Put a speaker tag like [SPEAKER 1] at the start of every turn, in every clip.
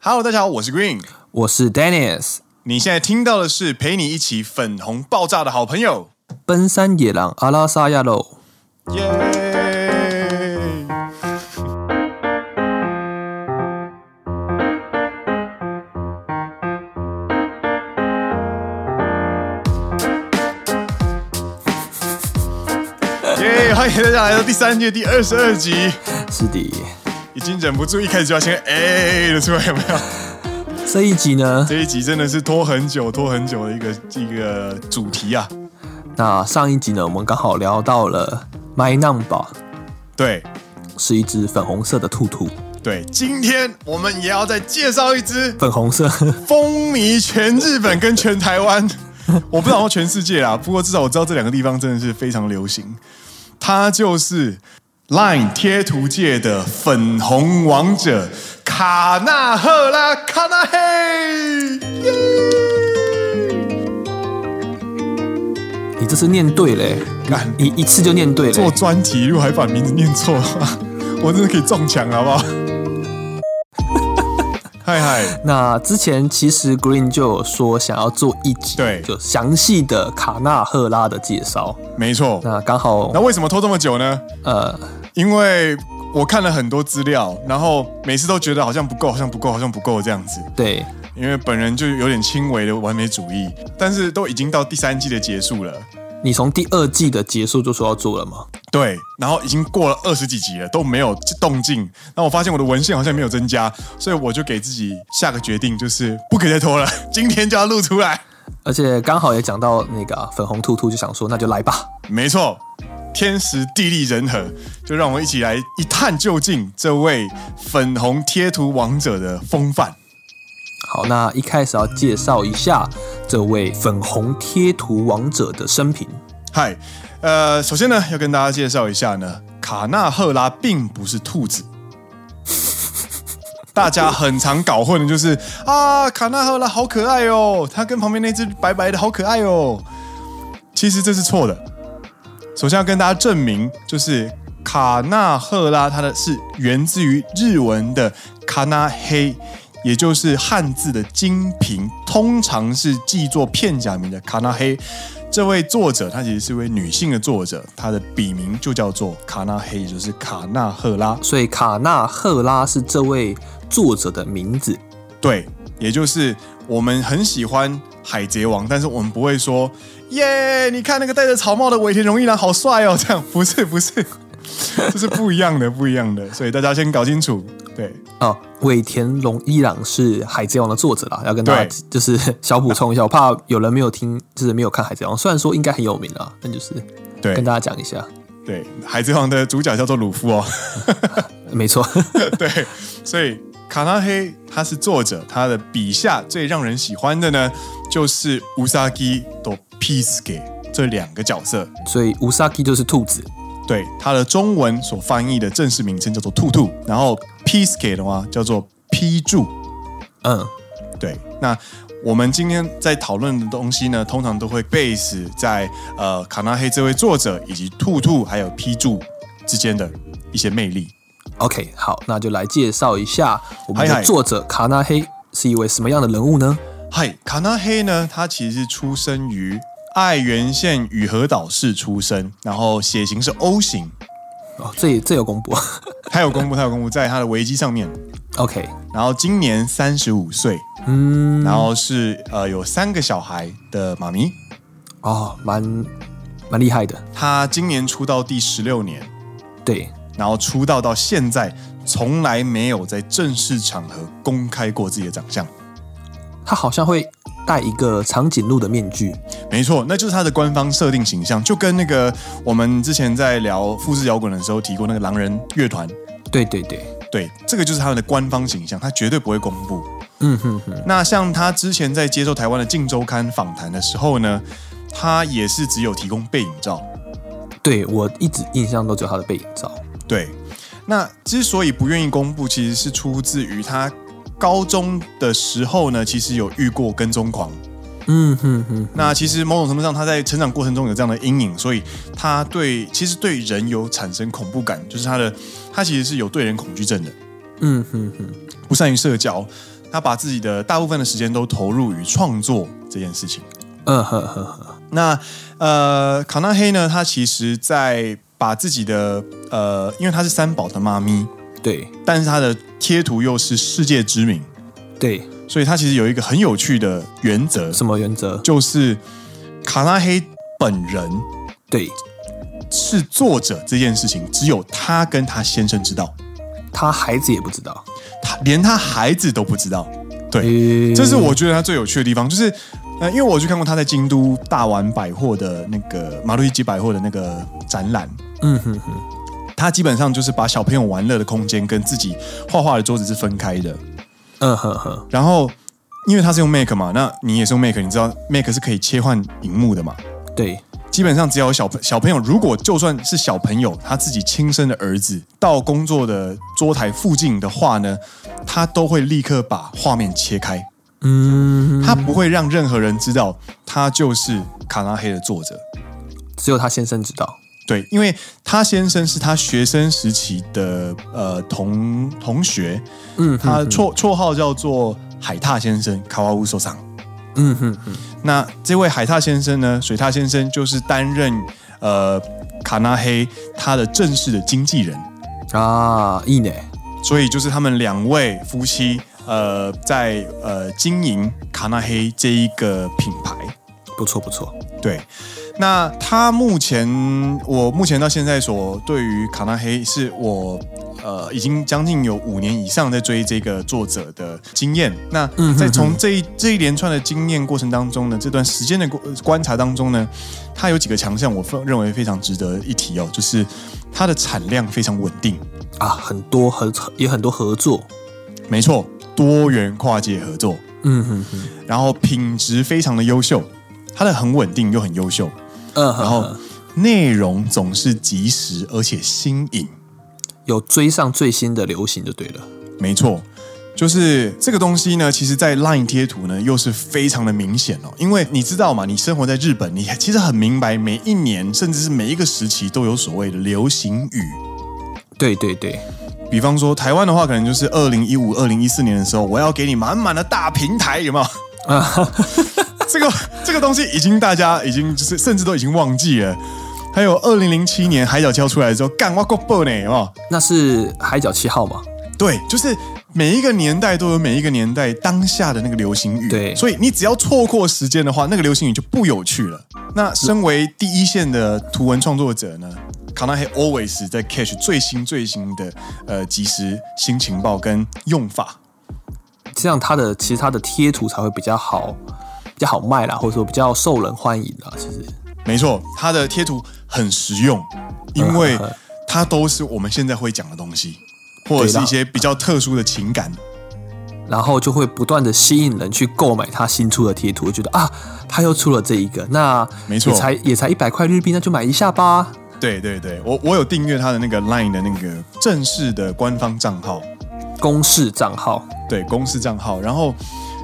[SPEAKER 1] Hello，大家好，我是 Green。
[SPEAKER 2] 我是 Dennis，
[SPEAKER 1] 你现在听到的是陪你一起粉红爆炸的好朋友，
[SPEAKER 2] 奔山野狼阿拉萨亚喽。
[SPEAKER 1] 耶、耶！欢迎大家来到第三季第二十二集，
[SPEAKER 2] 是的，
[SPEAKER 1] 已经忍不住一开始就要先哎的出来，有没有？
[SPEAKER 2] 这一集呢，
[SPEAKER 1] 这一集真的是拖很久、拖很久的一个一个主题啊。
[SPEAKER 2] 那上一集呢，我们刚好聊到了 My Number
[SPEAKER 1] 对
[SPEAKER 2] 是一只粉红色的兔兔，
[SPEAKER 1] 对，今天我们也要再介绍一只
[SPEAKER 2] 粉红色
[SPEAKER 1] 风靡全日本跟全台湾， 我不知道全世界啦，不过至少我知道这两个地方真的是非常流行。它就是 Line 贴图界的粉红王者卡纳赫拉卡纳嘿。耶
[SPEAKER 2] 你这次念对嘞，
[SPEAKER 1] 干
[SPEAKER 2] 你一次就念对
[SPEAKER 1] 做
[SPEAKER 2] 嘞。
[SPEAKER 1] 专题如果还把名字念错的话， 我真的可以中奖好不 好？嗨嗨，
[SPEAKER 2] 那之前其实 Green 就有说想要做一集，
[SPEAKER 1] 对
[SPEAKER 2] 就详细的卡纳赫拉的介绍。
[SPEAKER 1] 没错。
[SPEAKER 2] 那刚好
[SPEAKER 1] 那为什么拖这么久呢？
[SPEAKER 2] 呃，
[SPEAKER 1] 因为我看了很多资料，然后每次都觉得好像不够，好像不够，好像不够这样子。
[SPEAKER 2] 对，
[SPEAKER 1] 因为本人就有点轻微的完美主义，但是都已经到第三季的结束了，
[SPEAKER 2] 你从第二季的结束就说要做了嘛，
[SPEAKER 1] 对，然后已经过了二十几集了，都没有动静。那我发现我的文献好像没有增加，所以我就给自己下个决定，就是不可以再拖了，今天就要录出来。
[SPEAKER 2] 而且刚好也讲到那个啊、粉红兔兔，就想说那就来吧。
[SPEAKER 1] 没错，天时地利人和，就让我们一起来一探究竟这位粉红贴图王者的风范。
[SPEAKER 2] 好，那一开始要介绍一下这位粉红贴图王者的生平。
[SPEAKER 1] 嗨，呃，首先呢，要跟大家介绍一下呢，卡纳赫拉并不是兔子。 大家很常搞混的就是啊，卡纳赫拉好可爱哦，它跟旁边那只白白的好可爱哦。其实这是错的。首先要跟大家证明，就是卡纳赫拉它的是源自于日文的卡纳黑，也就是汉字的金瓶，通常是记作片假名的卡纳黑。这位作者她其实是一位女性的作者，她的笔名就叫做卡纳黑，也就是卡纳赫拉。
[SPEAKER 2] 所以卡纳赫拉是这位作者的名字。
[SPEAKER 1] 对，也就是我们很喜欢《海贼王》，但是我们不会说耶，你看那个戴着草帽的尾田荣一郎好帅哦，这样不是不是，这是不一样的，不一样的，所以大家先搞清楚。对，
[SPEAKER 2] 哦，尾田荣一郎是《海贼王》的作者啦，要跟大家
[SPEAKER 1] 对
[SPEAKER 2] 就是小补充一下，我怕有人没有听，就是没有看《海贼王》，虽然说应该很有名啦，但就是
[SPEAKER 1] 对
[SPEAKER 2] 跟大家讲一下，
[SPEAKER 1] 对，《海贼王》的主角叫做鲁夫哦。
[SPEAKER 2] 没错，
[SPEAKER 1] 对，所以卡纳黑他是作者，他的笔下最让人喜欢的呢，就是乌萨基多皮斯给这两个角色。
[SPEAKER 2] 所以乌萨基就是兔子，
[SPEAKER 1] 对，它的中文所翻译的正式名称叫做兔兔，然后 p i s k e 的话叫做批注。
[SPEAKER 2] 嗯，
[SPEAKER 1] 对，那我们今天在讨论的东西呢，通常都会 base 在呃卡纳黑这位作者以及兔兔还有批注之间的一些魅力。
[SPEAKER 2] OK，好，那就来介绍一下我们
[SPEAKER 1] 嗨嗨
[SPEAKER 2] 的作者卡纳黑是一位什么样的人物呢？
[SPEAKER 1] 嗨，卡纳黑呢，他其实是出生于爱媛县与和岛市出生，然后血型是 O 型，
[SPEAKER 2] 哦，这这有公布
[SPEAKER 1] 他有公布，他有公布在他的维基上面。
[SPEAKER 2] ，OK，
[SPEAKER 1] 然后今年三十五岁，
[SPEAKER 2] 嗯，
[SPEAKER 1] 然后是呃有三个小孩的妈咪，
[SPEAKER 2] 哦，蛮蛮厉害的，
[SPEAKER 1] 她今年出道第十六年，
[SPEAKER 2] 对，
[SPEAKER 1] 然后出道到现在从来没有在正式场合公开过自己的长相。
[SPEAKER 2] 他好像会戴一个长颈鹿的面具，
[SPEAKER 1] 没错，那就是她的官方设定形象，就跟那个我们之前在聊复制摇滚的时候提过那个狼人乐团，
[SPEAKER 2] 对对对，
[SPEAKER 1] 对，这个就是他们的官方形象，他绝对不会公布。
[SPEAKER 2] 嗯哼哼，
[SPEAKER 1] 那像他之前在接受台湾的《镜周刊》访谈的时候呢，他也是只有提供背影照，
[SPEAKER 2] 对我一直印象都只有他的背影照，
[SPEAKER 1] 对，那之所以不愿意公布，其实是出自于他高中的时候呢，其实有遇过跟踪狂。
[SPEAKER 2] 嗯哼哼，
[SPEAKER 1] 那其实某种程度上，他在成长过程中有这样的阴影，所以他对其实对人有产生恐怖感，就是他的他其实是有对人恐惧症的，
[SPEAKER 2] 嗯哼哼，
[SPEAKER 1] 不善于社交。他把自己的大部分的时间都投入于创作这件事情。
[SPEAKER 2] 嗯呵呵呵，
[SPEAKER 1] 那呃，卡纳黑呢，他其实在把自己的呃，因为他是三宝的妈咪，
[SPEAKER 2] 对
[SPEAKER 1] 但是他的贴图又是世界知名，
[SPEAKER 2] 对，
[SPEAKER 1] 所以他其实有一个很有趣的原则，
[SPEAKER 2] 什么原则？
[SPEAKER 1] 就是卡纳黑本人
[SPEAKER 2] 对
[SPEAKER 1] 是作者这件事情，只有他跟他先生知道，
[SPEAKER 2] 他孩子也不知道，
[SPEAKER 1] 他连他孩子都不知道。对，
[SPEAKER 2] 诶
[SPEAKER 1] 这是我觉得他最有趣的地方，就是，呃，因为我去看过他在京都大丸百货的那个马路一吉百货的那个展览，
[SPEAKER 2] 嗯哼哼，
[SPEAKER 1] 他基本上就是把小朋友玩乐的空间跟自己画画的桌子是分开的。
[SPEAKER 2] 嗯呵呵，
[SPEAKER 1] 然后，因为他是用 Make 嘛，那你也是用 Make，你知道 Make 是可以切换荧幕的嘛？
[SPEAKER 2] 对
[SPEAKER 1] 基本上只要有小朋小朋友，如果就算是小朋友他自己亲生的儿子到工作的桌台附近的话呢，他都会立刻把画面切开。
[SPEAKER 2] 嗯，
[SPEAKER 1] 他不会让任何人知道他就是卡拉黑的作者。
[SPEAKER 2] 只有他先生知道，
[SPEAKER 1] 对，因为他先生是他学生时期的呃同同学，
[SPEAKER 2] 嗯哼
[SPEAKER 1] 他绰绰号叫做海獭先生卡瓦乌受伤。
[SPEAKER 2] 嗯哼哼，
[SPEAKER 1] 那这位海獭先生呢，水獭先生就是担任呃卡纳黑他的正式的经纪人，
[SPEAKER 2] 啊，いいね，
[SPEAKER 1] 所以就是他们两位夫妻呃在呃经营卡纳黑这一个品牌。
[SPEAKER 2] 不错不错，
[SPEAKER 1] 对，那他目前我目前到现在所对于卡纳黑是我呃已经将近有五年以上在追这个作者的经验。那
[SPEAKER 2] 嗯哼
[SPEAKER 1] 在从这一这一连串的经验过程当中呢，这段时间的过观察当中呢，它有几个强项，我分认为非常值得一提哦，就是它的产量非常稳定，
[SPEAKER 2] 啊，很多合也很多合作，
[SPEAKER 1] 没错，多元跨界合作，
[SPEAKER 2] 嗯哼哼，
[SPEAKER 1] 然后品质非常的优秀，它的很稳定又很优秀。
[SPEAKER 2] 嗯
[SPEAKER 1] 然
[SPEAKER 2] 哼
[SPEAKER 1] 后
[SPEAKER 2] 哼，
[SPEAKER 1] 内容总是及时而且新颖。
[SPEAKER 2] 有追上最新的流行就对了，
[SPEAKER 1] 没错，就是这个东西呢，其实，在 LINE 贴图呢，又是非常的明显哦。因为你知道嘛，你生活在日本，你其实很明白，每一年甚至是每一个时期都有所谓的流行语。
[SPEAKER 2] 对对对，
[SPEAKER 1] 比方说台湾的话，可能就是二零一五、二零一四年的时候，我要给你满满的大平台，有没有？
[SPEAKER 2] 啊，
[SPEAKER 1] 这个 这个东西已经大家已经就是甚至都已经忘记了。还有二零零七年海角跳出来之后，干哇够爆呢，有没有？
[SPEAKER 2] 那是海角七号嘛，
[SPEAKER 1] 对，就是每一个年代都有每一个年代当下的那个流行语，
[SPEAKER 2] 对
[SPEAKER 1] 所以你只要错过时间的话，那个流行语就不有趣了。那身为第一线的图文创作者呢，卡纳黑 always 在 catch 最新最新的呃即时新情报跟用法。
[SPEAKER 2] 这样它的其实它的贴图才会比较好，比较好卖啦，或者说比较受人欢迎啦。其实，
[SPEAKER 1] 没错，它的贴图很实用，因为它都是我们现在会讲的东西，或者是一些比较特殊的情感。
[SPEAKER 2] 然后就会不断的吸引人去购买它新出的贴图，觉得啊，它又出了这一个，那
[SPEAKER 1] 没错
[SPEAKER 2] 也才也才一百块日币，那就买一下吧。
[SPEAKER 1] 对对对，我我有订阅他的那个 Line 的那个正式的官方账号，
[SPEAKER 2] 公式账号，
[SPEAKER 1] 对公司账号，然后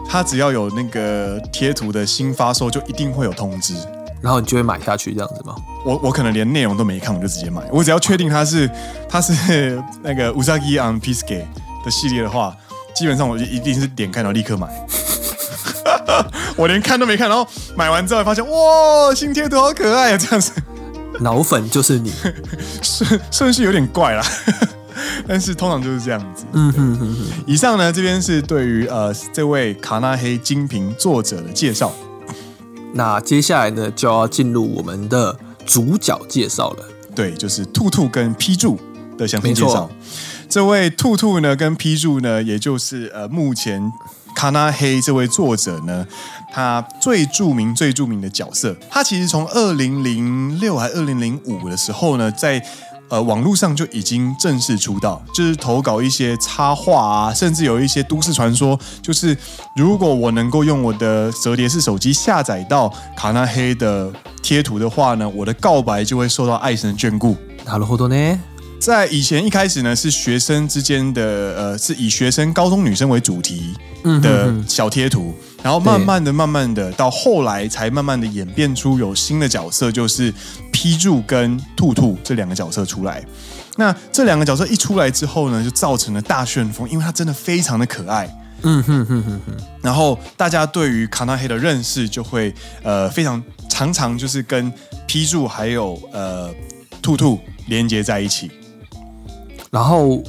[SPEAKER 1] 他只要有那个贴图的新发售，就一定会有通知。
[SPEAKER 2] 然后你就会买下去这样子吗？
[SPEAKER 1] 我我可能连内容都没看，我就直接买。我只要确定它是它是 那个 Usagi on p i s k e 的系列的话，基本上我就一定是点开然后立刻买。 我连看都没看，然后买完之后发现，哇，新贴图好可爱啊！这样子
[SPEAKER 2] 脑粉就是你，
[SPEAKER 1] 顺顺序有点怪啦， 但是通常就是这样子。
[SPEAKER 2] 嗯哼哼哼，
[SPEAKER 1] 以上呢，这边是对于呃这位卡纳黑精品作者的介绍。
[SPEAKER 2] 那接下来呢，就要进入我们的主角介绍了。
[SPEAKER 1] 对，就是兔兔跟批注的详细介
[SPEAKER 2] 没
[SPEAKER 1] 绍
[SPEAKER 2] 错。
[SPEAKER 1] 这位兔兔呢，跟批注呢，也就是呃，目前卡纳黑这位作者呢，他最著名、最著名的角色，他其实从二零零六还二零零五的时候呢，在呃网络上就已经正式出道，就是投稿一些插画啊，甚至有一些都市传说，就是如果我能够用我的折叠式手机下载到卡纳黑的贴图的话呢，我的告白就会受到爱神的眷顾。
[SPEAKER 2] なるほどね。
[SPEAKER 1] 在以前一开始呢，是学生之间的呃，是以学生高中女生为主题
[SPEAKER 2] 嗯
[SPEAKER 1] 的小贴图，然后慢慢的、慢慢的，到后来才慢慢的演变出有新的角色，就是批注跟兔兔这两个角色出来。那这两个角色一出来之后呢，就造成了大旋风，因为它真的非常的可爱。
[SPEAKER 2] 嗯哼哼哼哼，
[SPEAKER 1] 然后大家对于卡纳黑的认识就会呃非常常常就是跟批注还有呃兔兔连接在一起。
[SPEAKER 2] 然后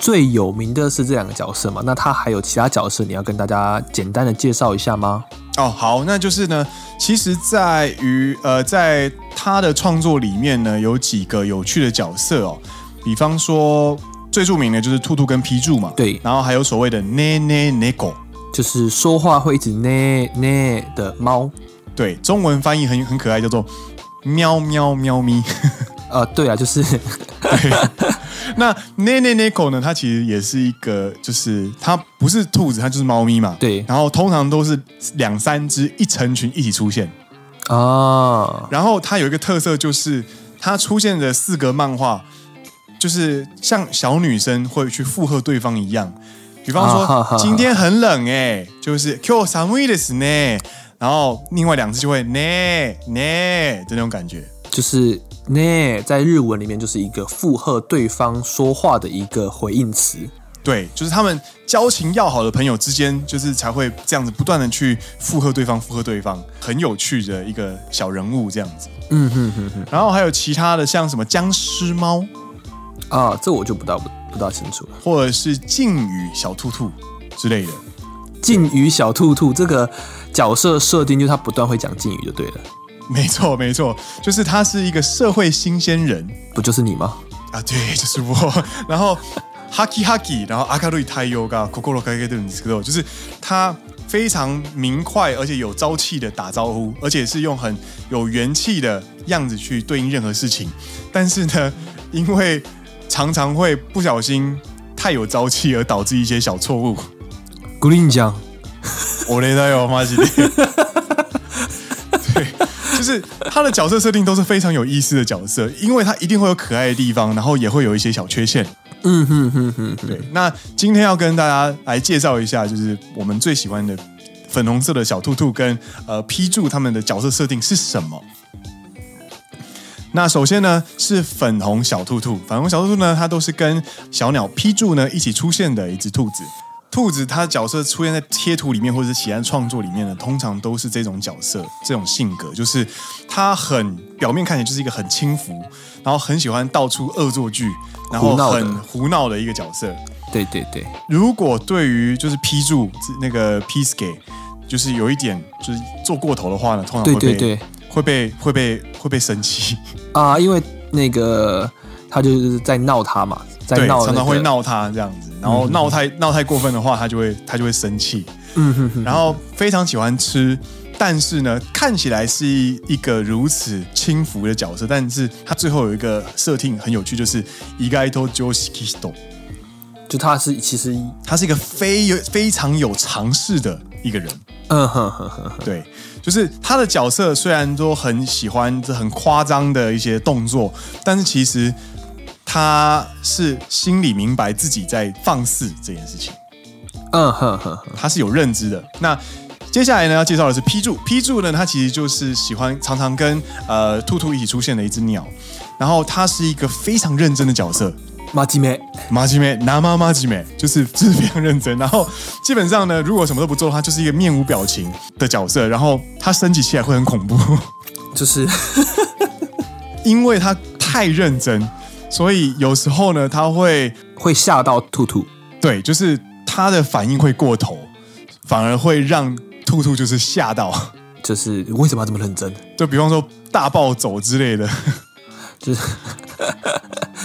[SPEAKER 2] 最有名的是这两个角色嘛，那他还有其他角色，你要跟大家简单的介绍一下吗？
[SPEAKER 1] 哦，好，那就是呢，其实在于呃，在他的创作里面呢，有几个有趣的角色哦，比方说最著名的就是兔兔跟批注嘛，
[SPEAKER 2] 对
[SPEAKER 1] 然后还有所谓的呢呢呢狗，
[SPEAKER 2] 就是说话会一直呢呢的猫，
[SPEAKER 1] 对，中文翻译很很可爱，叫做喵喵喵咪。
[SPEAKER 2] 呃，对啊，就是
[SPEAKER 1] 那呢呢呢狗呢，它其实也是一个，就是它不是兔子，它就是猫咪嘛，
[SPEAKER 2] 对
[SPEAKER 1] 然后通常都是两三只一成群一起出现，
[SPEAKER 2] 啊，
[SPEAKER 1] 然后它有一个特色就是它出现的四格漫画，就是像小女生会去附和对方一样。比方
[SPEAKER 2] 啊哈
[SPEAKER 1] 说
[SPEAKER 2] 哈
[SPEAKER 1] 今天很冷哎、就是 Q 寒いですね，然后另外两只就会ねね的那种感觉。
[SPEAKER 2] 就是呢，在日文里面就是一个附和对方说话的一个回应词。
[SPEAKER 1] 对，就是他们交情要好的朋友之间，就是才会这样子不断的去附和对方，附和对方，很有趣的一个小人物这样子。
[SPEAKER 2] 嗯哼哼哼，
[SPEAKER 1] 然后还有其他的像什么僵尸猫，
[SPEAKER 2] 啊，这我就不大不不大清楚了。
[SPEAKER 1] 或者是靖宇小兔兔之类的。
[SPEAKER 2] 靖宇小兔兔这个角色设定，就是他不断会讲靖宇就对了，
[SPEAKER 1] 没错，没错，就是他是一个社会新鲜人
[SPEAKER 2] 不就是你吗？
[SPEAKER 1] 啊，对， 就是我。然后 Haki Haki，然后阿卡瑞太优嘎 Kokoro k a k e d 就是他非常明快而且有朝气的打招呼，而且是用很有元气的样子去对应任何事情。但是呢，因为常常会不小心太有朝气而导致一些小错误。
[SPEAKER 2] 古林讲，
[SPEAKER 1] 我雷到有马吉。对，就是他的角色设定都是非常有意思的角色，因为他一定会有可爱的地方，然后也会有一些小缺陷。
[SPEAKER 2] 嗯哼哼哼哼，
[SPEAKER 1] 对，那今天要跟大家来介绍一下，就是我们最喜欢的粉红色的小兔兔跟呃批注他们的角色设定是什么。那首先呢是粉红小兔兔，粉红小兔兔呢，它都是跟小鸟批注呢一起出现的一只兔子。兔子它角色出现在贴图里面或者是其他创作里面呢，通常都是这种角色、这种性格，就是它很表面看起来就是一个很轻浮，然后很喜欢到处恶作剧，然后
[SPEAKER 2] 胡闹的
[SPEAKER 1] 很胡闹的一个角色。
[SPEAKER 2] 对对对，
[SPEAKER 1] 如果对于就是批注那个 p s k e 就是有一点就是做过头的话呢，通常会被
[SPEAKER 2] 对对
[SPEAKER 1] 会被会被会被生气，
[SPEAKER 2] 啊，因为那个他就是在闹他嘛，在
[SPEAKER 1] 对，
[SPEAKER 2] 闹、
[SPEAKER 1] 常常会，闹他这样子，然后闹太、闹太过分的话，他就会他就会生气，
[SPEAKER 2] 嗯哼哼，
[SPEAKER 1] 然后非常喜欢吃。但是呢，看起来是一个如此轻浮的角色，但是他最后有一个设定很有趣，就是意外と常識人，
[SPEAKER 2] 就他是其实，
[SPEAKER 1] 他是一个非有非常有尝试的一个人。
[SPEAKER 2] 嗯哼哼哼哼，
[SPEAKER 1] 对，就是他的角色虽然说很喜欢这很夸张的一些动作，但是其实他是心里明白自己在放肆这件事情，
[SPEAKER 2] 嗯哼哼哼，
[SPEAKER 1] 他是有认知的。那接下来呢，要介绍的是批注。批注呢，它其实就是喜欢常常跟呃兔兔一起出现的一只鸟，然后它是一个非常认真的角色，
[SPEAKER 2] 马吉梅，
[SPEAKER 1] 马吉美，拿妈马吉美，就是就是非常认真。然后基本上呢，如果什么都不做，他就是一个面无表情的角色。然后他升级起来会很恐怖，
[SPEAKER 2] 就是
[SPEAKER 1] 因为他太认真，所以有时候呢，他会
[SPEAKER 2] 会吓到兔兔，
[SPEAKER 1] 对，就是他的反应会过头，反而会让兔兔就是吓到。
[SPEAKER 2] 就是为什么要这么认真？
[SPEAKER 1] 就比方说大暴走之类的，
[SPEAKER 2] 就是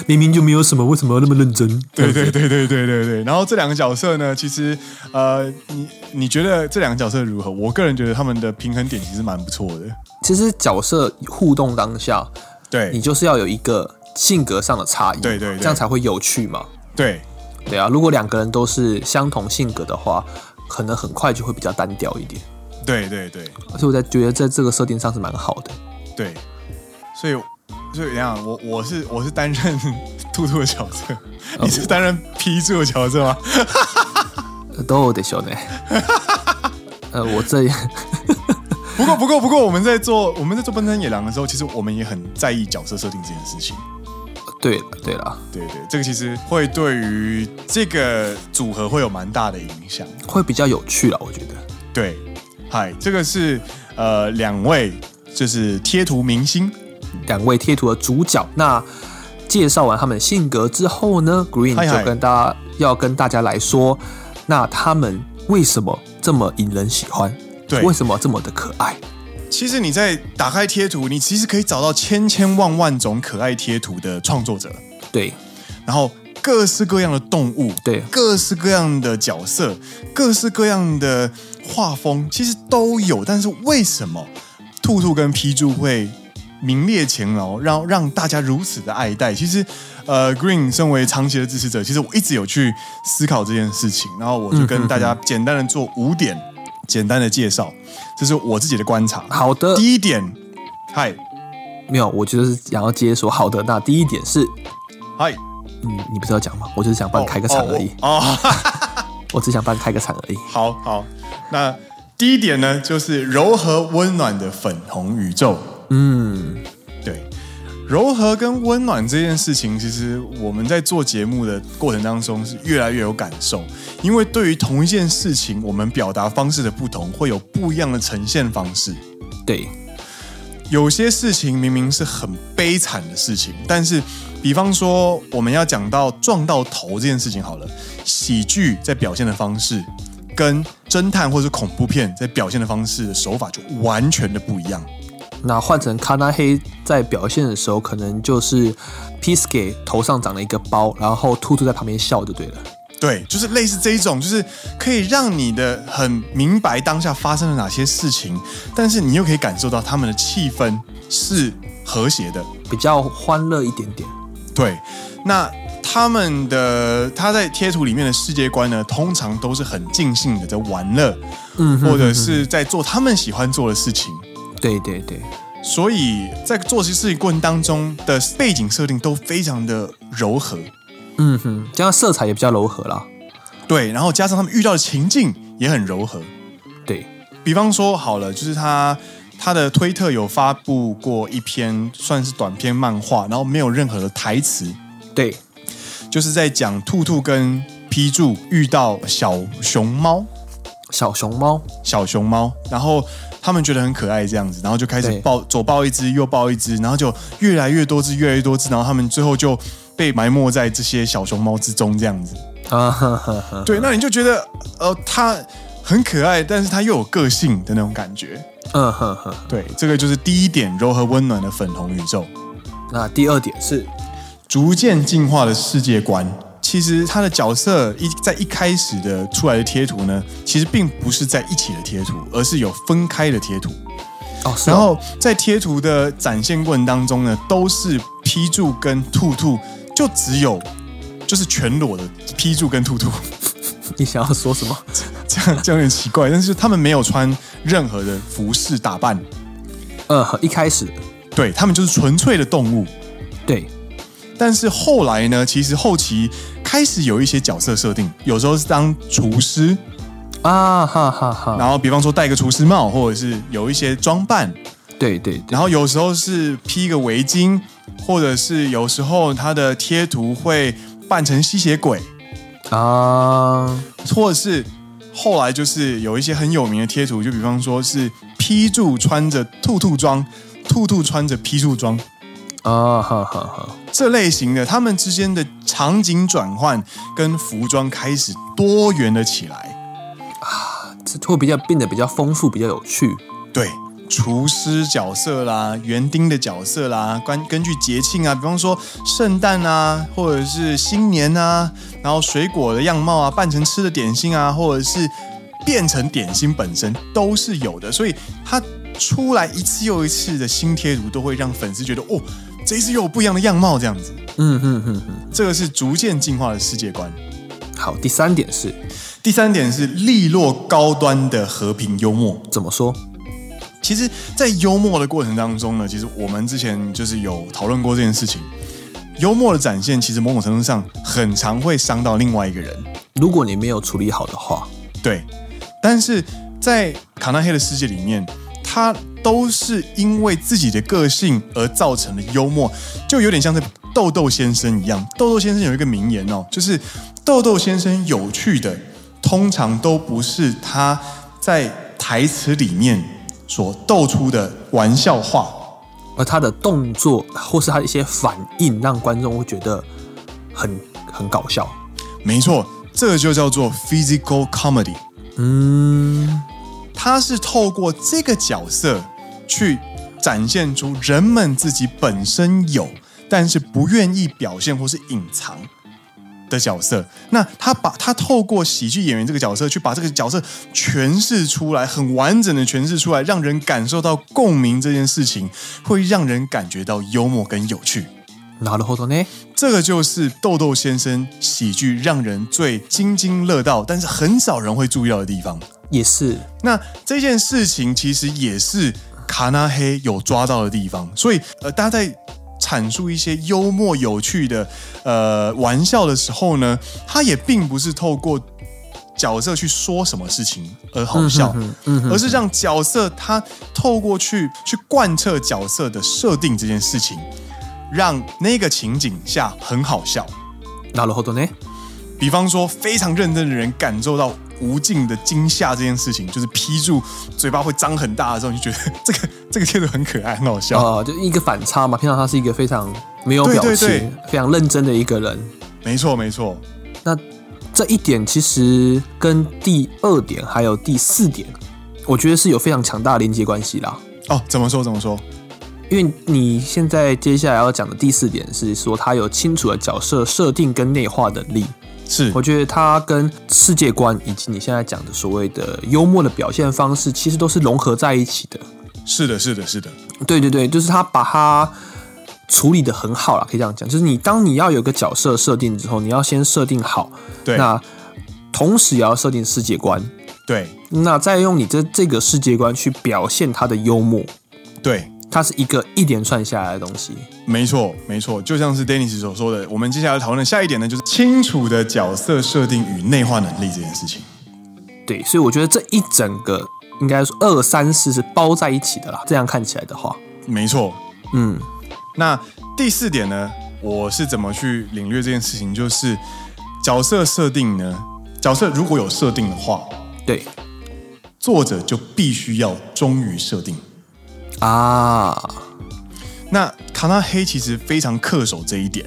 [SPEAKER 2] 明明就没有什么，为什么要那么认真？
[SPEAKER 1] 对对对对对对对。然后这两个角色呢，其实呃，你你觉得这两个角色如何？我个人觉得他们的平衡点其实蛮不错的。
[SPEAKER 2] 其实角色互动当下，
[SPEAKER 1] 对，
[SPEAKER 2] 你就是要有一个性格上的差异，
[SPEAKER 1] 对对对
[SPEAKER 2] 这样才会有趣嘛。
[SPEAKER 1] 对，
[SPEAKER 2] 对啊，如果两个人都是相同性格的话，可能很快就会比较单调一点。
[SPEAKER 1] 对对对
[SPEAKER 2] 所以我在觉得在这个设定上是蛮好的。
[SPEAKER 1] 对，所以所以怎样？我我是我是担任 兔兔的角色，你是担任批注的角色吗？
[SPEAKER 2] 呃都得修呢。 呃，我这
[SPEAKER 1] 不过不过 不过，我们在做我们在做奔山野狼的时候，其实我们也很在意角色设定这件事情。
[SPEAKER 2] 对对啦，
[SPEAKER 1] 对对，这个其实会对于这个组合会有蛮大的影响。
[SPEAKER 2] 会比较有趣啦，我觉得。
[SPEAKER 1] 对，嗨，这个是呃两位就是贴图明星，
[SPEAKER 2] 两位贴图的主角。那介绍完他们的性格之后呢，Green
[SPEAKER 1] 嗨嗨
[SPEAKER 2] 就跟大家要跟大家来说，那他们为什么这么引人喜欢？
[SPEAKER 1] 对
[SPEAKER 2] 为什么这么的可爱？
[SPEAKER 1] 其实你在打开贴图，你其实可以找到千千万万种可爱贴图的创作者，
[SPEAKER 2] 对
[SPEAKER 1] 然后各式各样的动物，
[SPEAKER 2] 对
[SPEAKER 1] 各式各样的角色，各式各样的画风，其实都有。但是为什么兔兔跟批注会名列前茅，让让大家如此的爱戴？其实，呃，Green 身为长期的支持者，其实我一直有去思考这件事情，然后我就跟大
[SPEAKER 2] 嗯
[SPEAKER 1] 家简单的做五点简单的介绍，这是我自己的观察。
[SPEAKER 2] 好的，
[SPEAKER 1] 第一点，嗨
[SPEAKER 2] 没有，我就是想要接说好的。那第一点是，
[SPEAKER 1] 嗨，
[SPEAKER 2] 嗯，你不是要讲吗？我就是想帮你开个场而已，
[SPEAKER 1] 哦。哦哦
[SPEAKER 2] 我只想帮你开个场而已。
[SPEAKER 1] 好好，那第一点呢，就是柔和温暖的粉红宇宙。
[SPEAKER 2] 嗯，
[SPEAKER 1] 对，柔和跟温暖这件事情，其实我们在做节目的过程当中是越来越有感受，因为对于同一件事情，我们表达方式的不同，会有不一样的呈现方式。
[SPEAKER 2] 对，
[SPEAKER 1] 有些事情明明是很悲惨的事情，但是，比方说我们要讲到撞到头这件事情好了，喜剧在表现的方式跟侦探或是恐怖片在表现的方式的手法就完全的不一样。
[SPEAKER 2] 那换成卡纳黑在表现的时候，可能就是 p i s k e 头上长了一个包，然后兔兔在旁边笑就对了。
[SPEAKER 1] 对，就是类似这一种，就是可以让你的很明白当下发生了哪些事情，但是你又可以感受到他们的气氛是和谐的，
[SPEAKER 2] 比较欢乐一点点。
[SPEAKER 1] 对，那他们的他在贴图里面的世界观呢，通常都是很尽兴的在玩乐，
[SPEAKER 2] 嗯
[SPEAKER 1] 或者是在做他们喜欢做的事情。
[SPEAKER 2] 对对对，
[SPEAKER 1] 所以在做这些事情过程当中的背景设定都非常的柔和，
[SPEAKER 2] 嗯哼，这样色彩也比较柔和啦。
[SPEAKER 1] 对，然后加上他们遇到的情境也很柔和。
[SPEAKER 2] 对，
[SPEAKER 1] 比方说好了，就是他他的推特有发布过一篇算是短篇漫画，然后没有任何的台词，
[SPEAKER 2] 对，
[SPEAKER 1] 就是在讲兔兔跟批注遇到小熊猫，
[SPEAKER 2] 小熊猫，
[SPEAKER 1] 小熊猫，然后他们觉得很可爱这样子，然后就开始
[SPEAKER 2] 对
[SPEAKER 1] 抱左抱一只，右抱一只，然后就越来越多只，越来越多只，然后他们最后就被埋没在这些小熊猫之中这样子。
[SPEAKER 2] 啊哈哈哈，
[SPEAKER 1] 对，那你就觉得呃，它很可爱，但是它又有个性的那种感觉。
[SPEAKER 2] 嗯哼哼。
[SPEAKER 1] 对，这个就是第一点，柔和温暖的粉红宇宙。
[SPEAKER 2] 那第二点是，
[SPEAKER 1] 逐渐进化的世界观。其实他的角色一在一开始的出来的贴图呢，其实并不是在一起的贴图，而是有分开的贴图。
[SPEAKER 2] 哦，是哦
[SPEAKER 1] 然后在贴图的展现过程当中呢，都是批注跟兔兔，就只有就是全裸的批注跟兔兔，
[SPEAKER 2] 你想要说什么？
[SPEAKER 1] 这样这样有点奇怪，但是他们没有穿任何的服饰打扮，
[SPEAKER 2] 呃，一开始，
[SPEAKER 1] 对他们就是纯粹的动物。
[SPEAKER 2] 对，
[SPEAKER 1] 但是后来呢，其实后期开始有一些角色设定，有时候是当厨师，
[SPEAKER 2] 啊哈哈哈，
[SPEAKER 1] 然后比方说戴一个厨师帽，或者是有一些装扮，
[SPEAKER 2] 对对对，
[SPEAKER 1] 然后有时候是披一个围巾，或者是有时候他的贴图会扮成吸血鬼，
[SPEAKER 2] 啊，
[SPEAKER 1] 或者是后来就是有一些很有名的贴图，就比方说是批注穿着兔兔装，兔兔穿着批注装
[SPEAKER 2] 啊哈哈哈，
[SPEAKER 1] 这类型的，他们之间的场景转换跟服装开始多元了起来。
[SPEAKER 2] 这会比较变得比较丰富，比较有趣。
[SPEAKER 1] 对，厨师角色啦，园丁的角色啦，根根据节庆啊，比方说圣诞啊，或者是新年啊，然后水果的样貌啊，扮成吃的点心啊，或者是变成点心本身都是有的，所以它出来一次又一次的新贴图，都会让粉丝觉得哦，这一次又有不一样的样貌这样子。
[SPEAKER 2] 嗯哼哼哼。
[SPEAKER 1] 这个是逐渐进化的世界观。
[SPEAKER 2] 好，第三点是
[SPEAKER 1] 第三点是利落高端的和平幽默。
[SPEAKER 2] 怎么说？
[SPEAKER 1] 其实，在幽默的过程当中呢，其实我们之前就是有讨论过这件事情。幽默的展现，其实某种程度上很常会伤到另外一个人，
[SPEAKER 2] 如果你没有处理好的话，
[SPEAKER 1] 对。但是在卡纳黑的世界里面，他都是因为自己的个性而造成的幽默，就有点像是豆豆先生一样，豆豆先生有一个名言哦，就是豆豆先生有趣的，通常都不是他在台词里面所逗出的玩笑话，
[SPEAKER 2] 而他的动作或是他的一些反应，让观众会觉得很很搞笑。
[SPEAKER 1] 没错，这就叫做 physical comedy。
[SPEAKER 2] 嗯，
[SPEAKER 1] 他是透过这个角色去展现出人们自己本身有，但是不愿意表现或是隐藏的角色。那他把他透过喜剧演员这个角色去把这个角色诠释出来，很完整的诠释出来，让人感受到共鸣这件事情，会让人感觉到幽默跟有趣。
[SPEAKER 2] なるほどね。
[SPEAKER 1] 这个就是豆豆先生喜剧让人最津津乐道，但是很少人会注意到的地方。
[SPEAKER 2] 也是，
[SPEAKER 1] 那这件事情其实也是卡纳黑有抓到的地方，所以呃，大家在阐述一些幽默有趣的呃玩笑的时候呢，他也并不是透过角色去说什么事情而好笑，
[SPEAKER 2] 嗯哼嗯哼
[SPEAKER 1] 而是让角色他透过去去贯彻角色的设定这件事情，让那个情景下很好笑。
[SPEAKER 2] なるほどね。
[SPEAKER 1] 比方说，非常认真的人感受到无尽的惊吓这件事情，就是披住嘴巴会张很大的时候，你就觉得 这个这个贴图很可爱，很好笑。
[SPEAKER 2] 啊、就一个反差嘛。平常他是一个非常没有表情、
[SPEAKER 1] 对对对
[SPEAKER 2] 非常认真的一个人。
[SPEAKER 1] 没错，没错，
[SPEAKER 2] 那这一点其实跟第二点还有第四点，我觉得是有非常强大的连接关系啦。
[SPEAKER 1] 哦，怎么说怎么说？
[SPEAKER 2] 因为你现在接下来要讲的第四点是说，他有清楚的角色设定跟内化能力。
[SPEAKER 1] 是
[SPEAKER 2] 我觉得他跟世界观以及你现在讲的所谓的幽默的表现方式，其实都是融合在一起的。
[SPEAKER 1] 是的，是的，是的，
[SPEAKER 2] 对对对，就是他把它处理的很好啦，可以这样讲。就是你当你要有个角色设定之后，你要先设定好，
[SPEAKER 1] 对
[SPEAKER 2] 那同时也要设定世界观，
[SPEAKER 1] 对
[SPEAKER 2] 那再用你这这个世界观去表现他的幽默，
[SPEAKER 1] 对，
[SPEAKER 2] 它是一个一连串下来的东西。
[SPEAKER 1] 没错，没错，就像是 Dennis 所说的，我们接下来讨论的下一点呢，就是清楚的角色设定与内化能力这件事情。
[SPEAKER 2] 对，所以我觉得这一整个应该说二三四是包在一起的啦。这样看起来的话，
[SPEAKER 1] 没错，
[SPEAKER 2] 嗯，
[SPEAKER 1] 那第四点呢，我是怎么去领略这件事情？就是角色设定呢，角色如果有设定的话，
[SPEAKER 2] 对
[SPEAKER 1] 作者就必须要忠于设定。
[SPEAKER 2] 啊，
[SPEAKER 1] 那卡纳黑其实非常恪守这一点，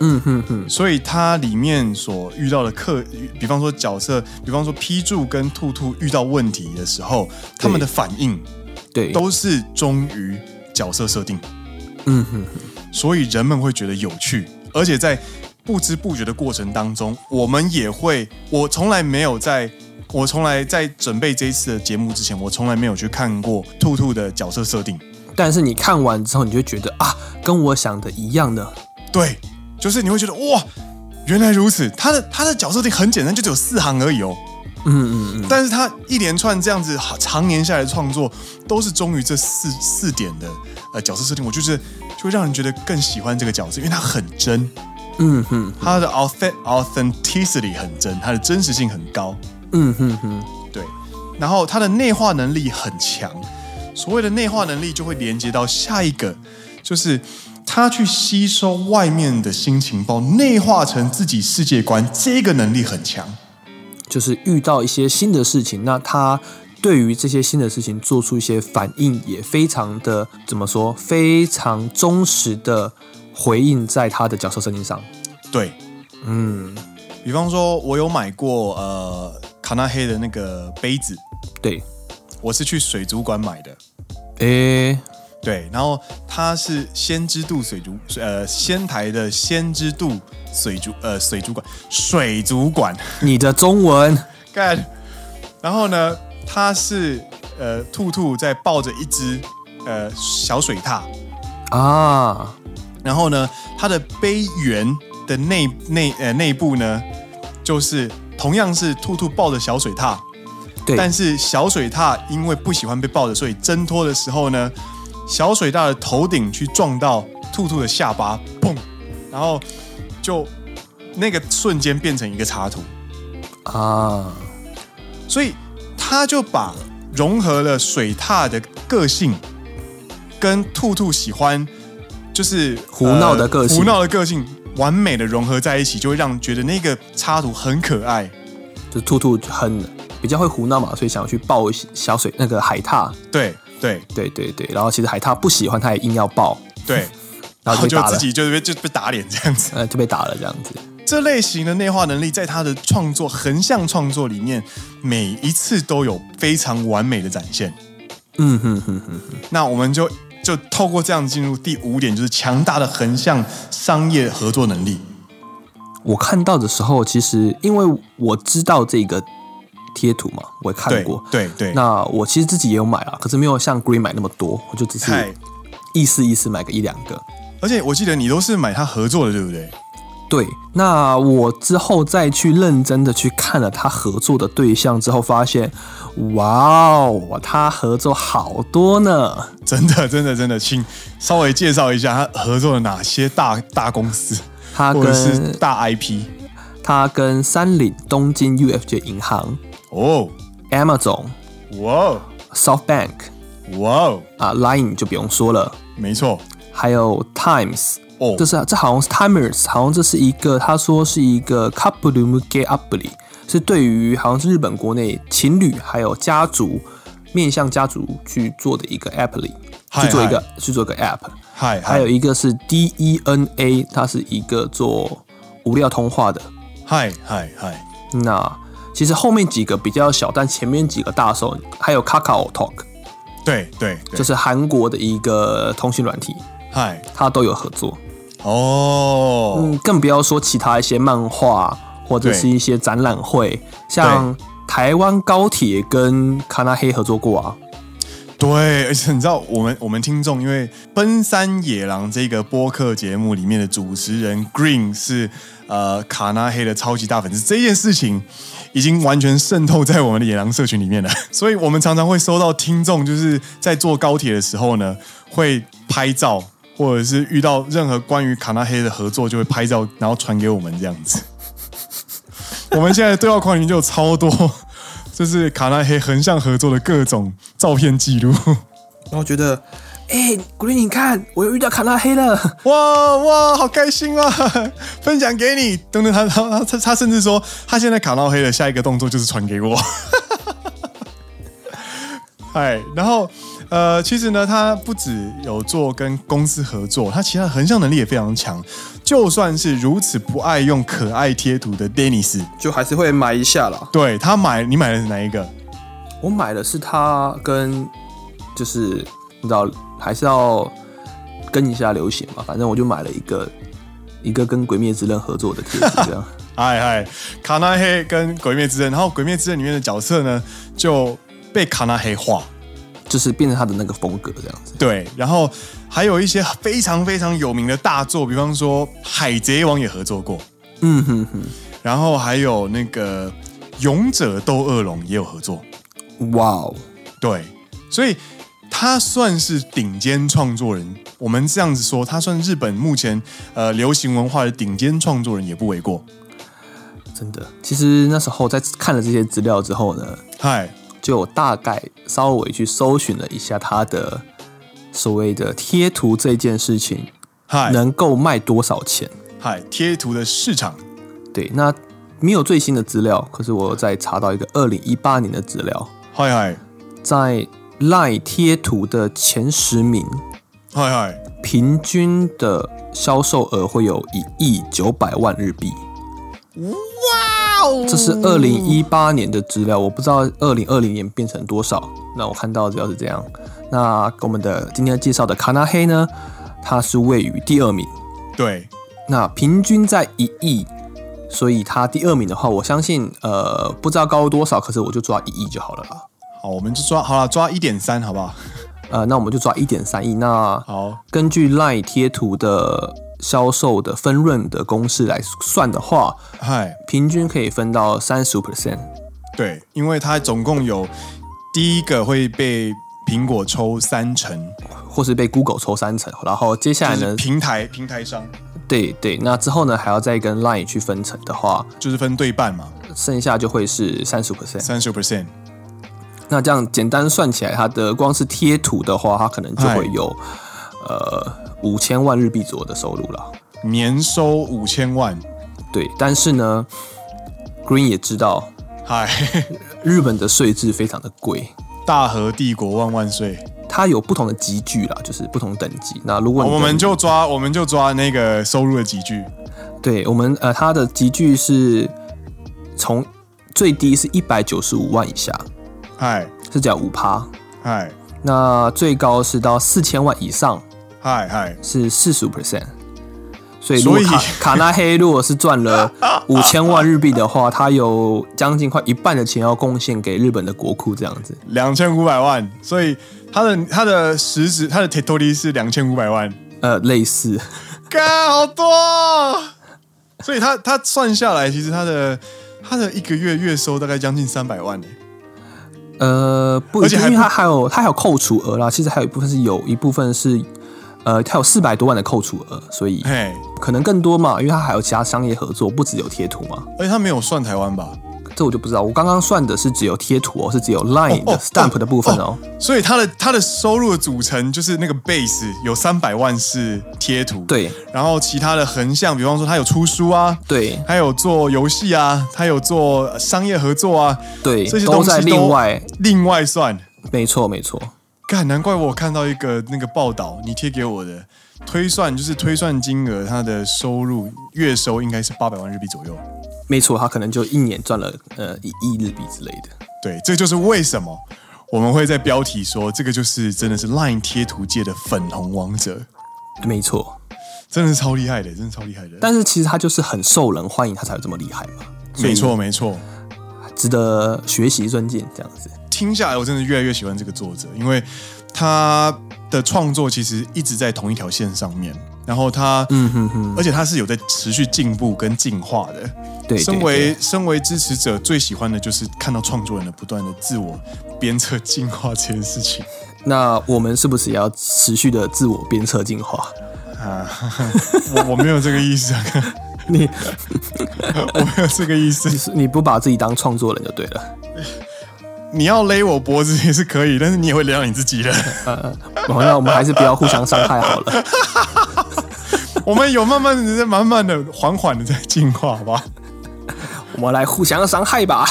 [SPEAKER 2] 嗯哼哼，
[SPEAKER 1] 所以它里面所遇到的客，比方说角色，比方说批注跟兔兔遇到问题的时候，他们的反应
[SPEAKER 2] 对，
[SPEAKER 1] 都是忠于角色设定。
[SPEAKER 2] 嗯哼，
[SPEAKER 1] 所以人们会觉得有趣，而且在不知不觉的过程当中，我们也会，我从来没有在，我从来在准备这一次的节目之前，我从来没有去看过兔兔的角色设定。
[SPEAKER 2] 但是你看完之后，你就会觉得啊，跟我想的一样的，
[SPEAKER 1] 对，就是你会觉得哇，原来如此，他的他的角色设定很简单，就只有四行而已哦。
[SPEAKER 2] 嗯嗯嗯，
[SPEAKER 1] 但是他一连串这样子常年下来的创作，都是忠于这四四点的呃角色设定，我就是就会让人觉得更喜欢这个角色，因为他很真。
[SPEAKER 2] 嗯哼，
[SPEAKER 1] 它的 authen- authenticity 很真，它的真实性很高，
[SPEAKER 2] 嗯哼哼，
[SPEAKER 1] 对。然后它的内化能力很强，所谓的内化能力就会连接到下一个，就是他去吸收外面的新情报，内化成自己世界观，这个能力很强。
[SPEAKER 2] 就是遇到一些新的事情，那他对于这些新的事情做出一些反应，也非常的怎么说，非常忠实的回应在他的角色设定上。
[SPEAKER 1] 对，
[SPEAKER 2] 嗯，
[SPEAKER 1] 比方说，我有买过呃卡纳黑的那个杯子，
[SPEAKER 2] 对，
[SPEAKER 1] 我是去水族馆买的。
[SPEAKER 2] 诶，
[SPEAKER 1] 对，然后它是先知渡水族，呃，仙台的先知渡水族，呃，水族馆，水族馆，
[SPEAKER 2] 你的中文
[SPEAKER 1] 干。然后呢，它是呃，兔兔在抱着一只呃小水獭，
[SPEAKER 2] 啊，
[SPEAKER 1] 然后呢，它的杯缘的内内呃内部呢，就是同样是兔兔抱着小水獭，
[SPEAKER 2] 对，
[SPEAKER 1] 但是小水獭因为不喜欢被抱着，所以挣脱的时候呢，小水獭的头顶去撞到兔兔的下巴，砰，然后就那个瞬间变成一个插图，
[SPEAKER 2] 啊，
[SPEAKER 1] 所以他就把融合了水獭的个性跟兔兔喜欢就是呃
[SPEAKER 2] 胡闹的个性
[SPEAKER 1] 胡闹的个性完美的融合在一起，就会让觉得那个插图很可爱。
[SPEAKER 2] 就是兔兔很比较会胡闹嘛，所以想要去抱小水那个海獭，
[SPEAKER 1] 对对
[SPEAKER 2] 对对对，然后其实海獭不喜欢，它也硬要抱，
[SPEAKER 1] 对，
[SPEAKER 2] 然
[SPEAKER 1] 然
[SPEAKER 2] 后
[SPEAKER 1] 后
[SPEAKER 2] 就
[SPEAKER 1] 哦就
[SPEAKER 2] 被打
[SPEAKER 1] 自
[SPEAKER 2] 了，
[SPEAKER 1] 己就被就被打脸这样子。
[SPEAKER 2] 呃，就被打了这样子。
[SPEAKER 1] 这类型的内化能力，在他的创作横向创作里面，每一次都有非常完美的展现。
[SPEAKER 2] 嗯哼哼哼，
[SPEAKER 1] 那我们就就透过这样进入第五点，就是强大的横向商业合作能力。
[SPEAKER 2] 我看到的时候，其实因为我知道这个贴图嘛，我也看
[SPEAKER 1] 对
[SPEAKER 2] 过。
[SPEAKER 1] 对对，
[SPEAKER 2] 那我其实自己也有买啊，可是没有像 Green 买那么多，我就只是
[SPEAKER 1] 嗨，
[SPEAKER 2] 意思意思买个一两个。
[SPEAKER 1] 而且我记得你都是买他合作的，对不对？
[SPEAKER 2] 对，那我之后再去认真的去看了他合作的对象之后，发现，哇哦，他合作好多呢。
[SPEAKER 1] 真的真的真的，请稍微介绍一下他合作了哪些大大公司
[SPEAKER 2] 他
[SPEAKER 1] 或者是
[SPEAKER 2] 跟
[SPEAKER 1] 大 IP
[SPEAKER 2] 他跟三菱、东京 UFJ 银行、
[SPEAKER 1] 哦，
[SPEAKER 2] Amazon、
[SPEAKER 1] 哇哦
[SPEAKER 2] SoftBank
[SPEAKER 1] 哇哦，
[SPEAKER 2] 啊、Line 就不用说了，
[SPEAKER 1] 没错
[SPEAKER 2] 还有 Times，
[SPEAKER 1] 哦
[SPEAKER 2] 这，是这好像是 Timers，好像这是一个他说是一个 couple m g a u p l y 是对于好像是日本国内情侣还有家族面向家族去做的一个 app 里
[SPEAKER 1] 嗨
[SPEAKER 2] 去做一个去做一个 app，
[SPEAKER 1] 嗨，
[SPEAKER 2] 还有一个是 DENA，它是一个做无料通话的。
[SPEAKER 1] 嗨嗨嗨，
[SPEAKER 2] 那其实后面几个比较小，但前面几个大手，还有 Kakao Talk，
[SPEAKER 1] 对对，对
[SPEAKER 2] 就是韩国的一个通讯软体，
[SPEAKER 1] 嗨
[SPEAKER 2] 它都有合作。
[SPEAKER 1] 哦，
[SPEAKER 2] 嗯，更不要说其他一些漫画或者是一些展览会，像台湾高铁跟卡纳黑合作过啊。
[SPEAKER 1] 对，而且你知道，我们我们听众，因为《奔山野狼》这个播客节目里面的主持人 Green 是呃卡纳黑的超级大粉丝，这件事情已经完全渗透在我们的野狼社群里面了， 所以我们常常会收到听众就是在坐高铁的时候呢，会拍照，或者是遇到任何关于卡纳黑的合作，就会拍照，然后传给我们这样子。 我们现在的对话框里面就有超多， 就是卡纳黑横向合作的各种照片记录。
[SPEAKER 2] 然后觉得，哎、古力，你看，我又遇到卡纳黑了。
[SPEAKER 1] 哇哇，好开心啊！ 分享给你，等等他他他他甚至说，他现在卡到黑的下一个动作就是传给我。 嗨，然后呃，其实呢，他不止有做跟公司合作，他其他横向能力也非常强。就算是如此不爱用可爱贴图的 Dennis，
[SPEAKER 2] 就还是会买一下啦。
[SPEAKER 1] 对他买你买的是哪一个？
[SPEAKER 2] 我买的是它跟，就是你知道，还是要跟一下流行嘛。反正我就买了一个一个跟《鬼灭之刃》合作的贴纸，这样。
[SPEAKER 1] 嗨哎嗨，卡纳黑跟鬼灭之刃，然后鬼灭之刃里面的角色呢就被卡纳黑化。
[SPEAKER 2] 就是变成他的那个风格这样子。
[SPEAKER 1] 对，然后还有一些非常非常有名的大作，比方说《海贼王》也合作过，
[SPEAKER 2] 嗯哼哼。
[SPEAKER 1] 然后还有那个《勇者斗恶龙》也有合作。
[SPEAKER 2] 哇哦，
[SPEAKER 1] 对，所以他算是顶尖创作人，我们这样子说，他算日本目前呃流行文化的顶尖创作人也不为过。
[SPEAKER 2] 真的。其实那时候在看了这些资料之后呢，
[SPEAKER 1] 嗨，
[SPEAKER 2] 就有大概稍微去搜寻了一下他的所谓的贴图这件事情
[SPEAKER 1] 嗨，
[SPEAKER 2] 能够卖多少钱。
[SPEAKER 1] 嗨，贴图的市场，
[SPEAKER 2] 对，那没有最新的资料，可是我有在查到一个二零一八年的资料，
[SPEAKER 1] 嗨嗨
[SPEAKER 2] 在 Line 贴图的前十名，
[SPEAKER 1] 嗨嗨，
[SPEAKER 2] 平均的销售额会有一亿九百万日币。
[SPEAKER 1] 哇哦，
[SPEAKER 2] 这是二零一八年的资料，我不知道二零二零年变成多少。那我看到只要是这样，那我们的今天介绍的卡纳黑呢，它是位于第二名，
[SPEAKER 1] 对，
[SPEAKER 2] 那平均在一亿，所以它第二名的话，我相信呃不知道高多少，可是我就抓一亿就好了啦。
[SPEAKER 1] 好，我们就抓好了，抓一点三，好不好？
[SPEAKER 2] 呃，那我们就抓一点三亿。那
[SPEAKER 1] 好，
[SPEAKER 2] 根据 LINE 贴图的销售的分润的公式来算的话，
[SPEAKER 1] 嗨。
[SPEAKER 2] 平均可以分到三十五 percent。
[SPEAKER 1] 对，因为它总共有第一个会被苹果抽三成，
[SPEAKER 2] 或是被 Google 抽三成，然后接
[SPEAKER 1] 就
[SPEAKER 2] 下来
[SPEAKER 1] 是
[SPEAKER 2] 呢，
[SPEAKER 1] 平台平台商
[SPEAKER 2] 对对，那之后呢还要再跟 Line 去分成的话，
[SPEAKER 1] 就是分对半嘛，
[SPEAKER 2] 剩下就会是三十 percent。
[SPEAKER 1] 三十 percent。
[SPEAKER 2] 那这样简单算起来，它的光是贴图的话，它可能就会有呃五千万日币左右的收入了。
[SPEAKER 1] 年收五千万，
[SPEAKER 2] 对，但是呢，Green 也知道
[SPEAKER 1] 嗨，
[SPEAKER 2] 日本的税制非常的贵，
[SPEAKER 1] 大和帝国万万岁！
[SPEAKER 2] 它有不同的集聚啦，就是不同等级。那如果你
[SPEAKER 1] 哦我
[SPEAKER 2] 的
[SPEAKER 1] 们就抓，我们就抓那个收入的集聚，
[SPEAKER 2] 对我们呃，它的集聚是从最低是一百九十五万以下，
[SPEAKER 1] 嗨
[SPEAKER 2] 是讲五趴，
[SPEAKER 1] 嗨
[SPEAKER 2] 那最高是到四千万以上
[SPEAKER 1] 嗨嗨，
[SPEAKER 2] 是四十五 percent。所以，如果
[SPEAKER 1] 所以
[SPEAKER 2] 卡卡纳黑如果是赚 了五千万日币的话，他有将近快一半的钱要贡献给日本的国库，这样子。
[SPEAKER 1] 两千五百万，所以他的他的实质他的 t e t o l i 是两千五百万，
[SPEAKER 2] 呃，类似，
[SPEAKER 1] 干好多哦、所以他他算下来，其实他的他的一个月月收大概将近三百万欸呢、
[SPEAKER 2] 呃，不一定，
[SPEAKER 1] 而且还
[SPEAKER 2] 因为
[SPEAKER 1] 不
[SPEAKER 2] 它还有它还有扣除额啦。其实还有一部分是有一部分是，呃，它有四百多万的扣除额，所以
[SPEAKER 1] 嘿，
[SPEAKER 2] 可能更多嘛，因为它还有其他商业合作，不只有贴图嘛。
[SPEAKER 1] 而且他没有算台湾吧，
[SPEAKER 2] 这我就不知道，我刚刚算的是只有贴图哦，是只有 Line
[SPEAKER 1] 哦
[SPEAKER 2] 的 Stamp 的部分哦。
[SPEAKER 1] 所以他的他的收入的组成就是那个 base 有三百万是贴图，，
[SPEAKER 2] 对
[SPEAKER 1] 然后其他的横向，比方说他有出书啊，
[SPEAKER 2] 对
[SPEAKER 1] 他有做游戏啊，他有做商业合作啊，
[SPEAKER 2] 对
[SPEAKER 1] 这些，
[SPEAKER 2] 都
[SPEAKER 1] 东西
[SPEAKER 2] 在
[SPEAKER 1] 都
[SPEAKER 2] 另外，
[SPEAKER 1] 另外算。
[SPEAKER 2] 没错没错。
[SPEAKER 1] 干，难怪我看到一个那个报道，你贴给我的推算就是推算金额，他的收入月收应该是八百万日币左右。
[SPEAKER 2] 没错，他可能就一年赚了呃一亿日币之类的。
[SPEAKER 1] 对，这就是为什么我们会在标题说这个就是真的是 LINE 贴图界的粉红王者，
[SPEAKER 2] 没错，
[SPEAKER 1] 真的是超厉害的，真的超厉害的。
[SPEAKER 2] 但是其实他就是很受人欢迎，他才有这么厉害嘛。所以
[SPEAKER 1] 没错，没错。
[SPEAKER 2] 值得学习尊敬这样子。
[SPEAKER 1] 听下来，我真的越来越喜欢这个作者，因为他的创作其实一直在同一条线上面，然后他，嗯哼哼，而且他是有在持续进步跟进化的。
[SPEAKER 2] 对，
[SPEAKER 1] 身
[SPEAKER 2] 对
[SPEAKER 1] 为身为支持者，最喜欢的就是看到创作人的不断的自我鞭策进化这件事情
[SPEAKER 2] 对那我们是不是也要持续的自我鞭策进化？
[SPEAKER 1] 啊！ 我我没有这个意思啊，
[SPEAKER 2] 你
[SPEAKER 1] 我没有这个意思。
[SPEAKER 2] 你不把自己当创作人就对了。
[SPEAKER 1] 你要勒我脖子也是可以，但是你也会勒到你自己的。
[SPEAKER 2] 好，哦那我们还是不要互相伤害好了。
[SPEAKER 1] 我们有慢慢的、慢慢的、缓缓的在进化，好吧？
[SPEAKER 2] 我们来互相伤 害吧。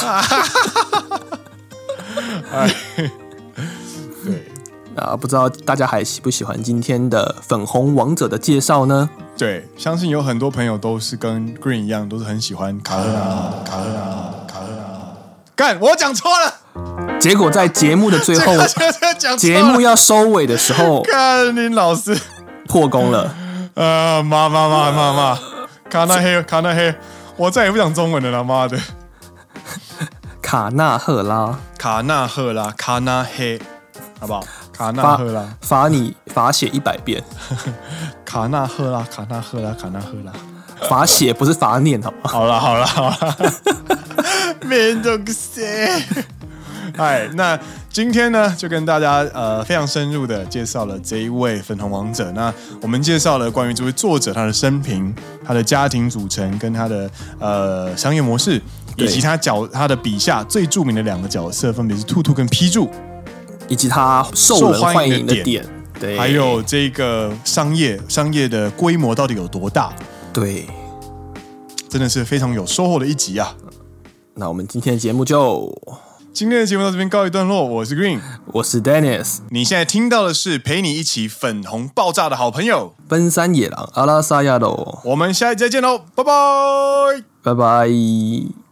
[SPEAKER 1] 哎 对
[SPEAKER 2] 啊，不知道大家还喜不喜欢今天的粉红王者的介绍呢？
[SPEAKER 1] 对，相信有很多朋友都是跟 Green 一样，都是很喜欢卡赫纳的卡赫纳的卡赫纳啊的。干，我讲错了，
[SPEAKER 2] 结果在节目的 最后，
[SPEAKER 1] 这个讲错
[SPEAKER 2] 节
[SPEAKER 1] 了
[SPEAKER 2] 目。要收尾的时候
[SPEAKER 1] 干林老师。
[SPEAKER 2] 破功了。
[SPEAKER 1] 呃，妈妈妈妈妈，卡纳黑卡纳黑，我再也不讲中文了啦，妈的！
[SPEAKER 2] 卡纳赫拉
[SPEAKER 1] 卡纳赫拉，卡纳黑，好不好？卡纳
[SPEAKER 2] 罚
[SPEAKER 1] 赫拉，
[SPEAKER 2] 罚你罚写一百遍，
[SPEAKER 1] 卡纳赫拉，卡纳赫拉，卡纳赫拉。
[SPEAKER 2] 罚写不是罚念好吗？
[SPEAKER 1] 好啦好啦好 啦，没东西。 哎，那今天呢，就跟大家呃非常深入的介绍了这一位粉红王者。那我们介绍了关于这位作者他的生平、他的家庭组成跟他的呃商业模式，以
[SPEAKER 2] 对
[SPEAKER 1] 及他角他的笔下最著名的两个角色，分别是兔兔跟批注，
[SPEAKER 2] 以及他受人
[SPEAKER 1] 受欢
[SPEAKER 2] 欢
[SPEAKER 1] 迎
[SPEAKER 2] 迎
[SPEAKER 1] 的点
[SPEAKER 2] 的点，对，
[SPEAKER 1] 还有这个商业商业的规模到底有多大，
[SPEAKER 2] 对。
[SPEAKER 1] 真的是非常有收获的一集啊！
[SPEAKER 2] 那我们今天的节目就，
[SPEAKER 1] 今天的节目到这边告一段落，我是 Green。
[SPEAKER 2] 我是 Dennis，
[SPEAKER 1] 你现在听到的是陪你一起粉红爆炸的好朋友，
[SPEAKER 2] 奔山野狼阿拉萨亚喽，
[SPEAKER 1] 我们下一集再见喽，拜拜。
[SPEAKER 2] 拜拜。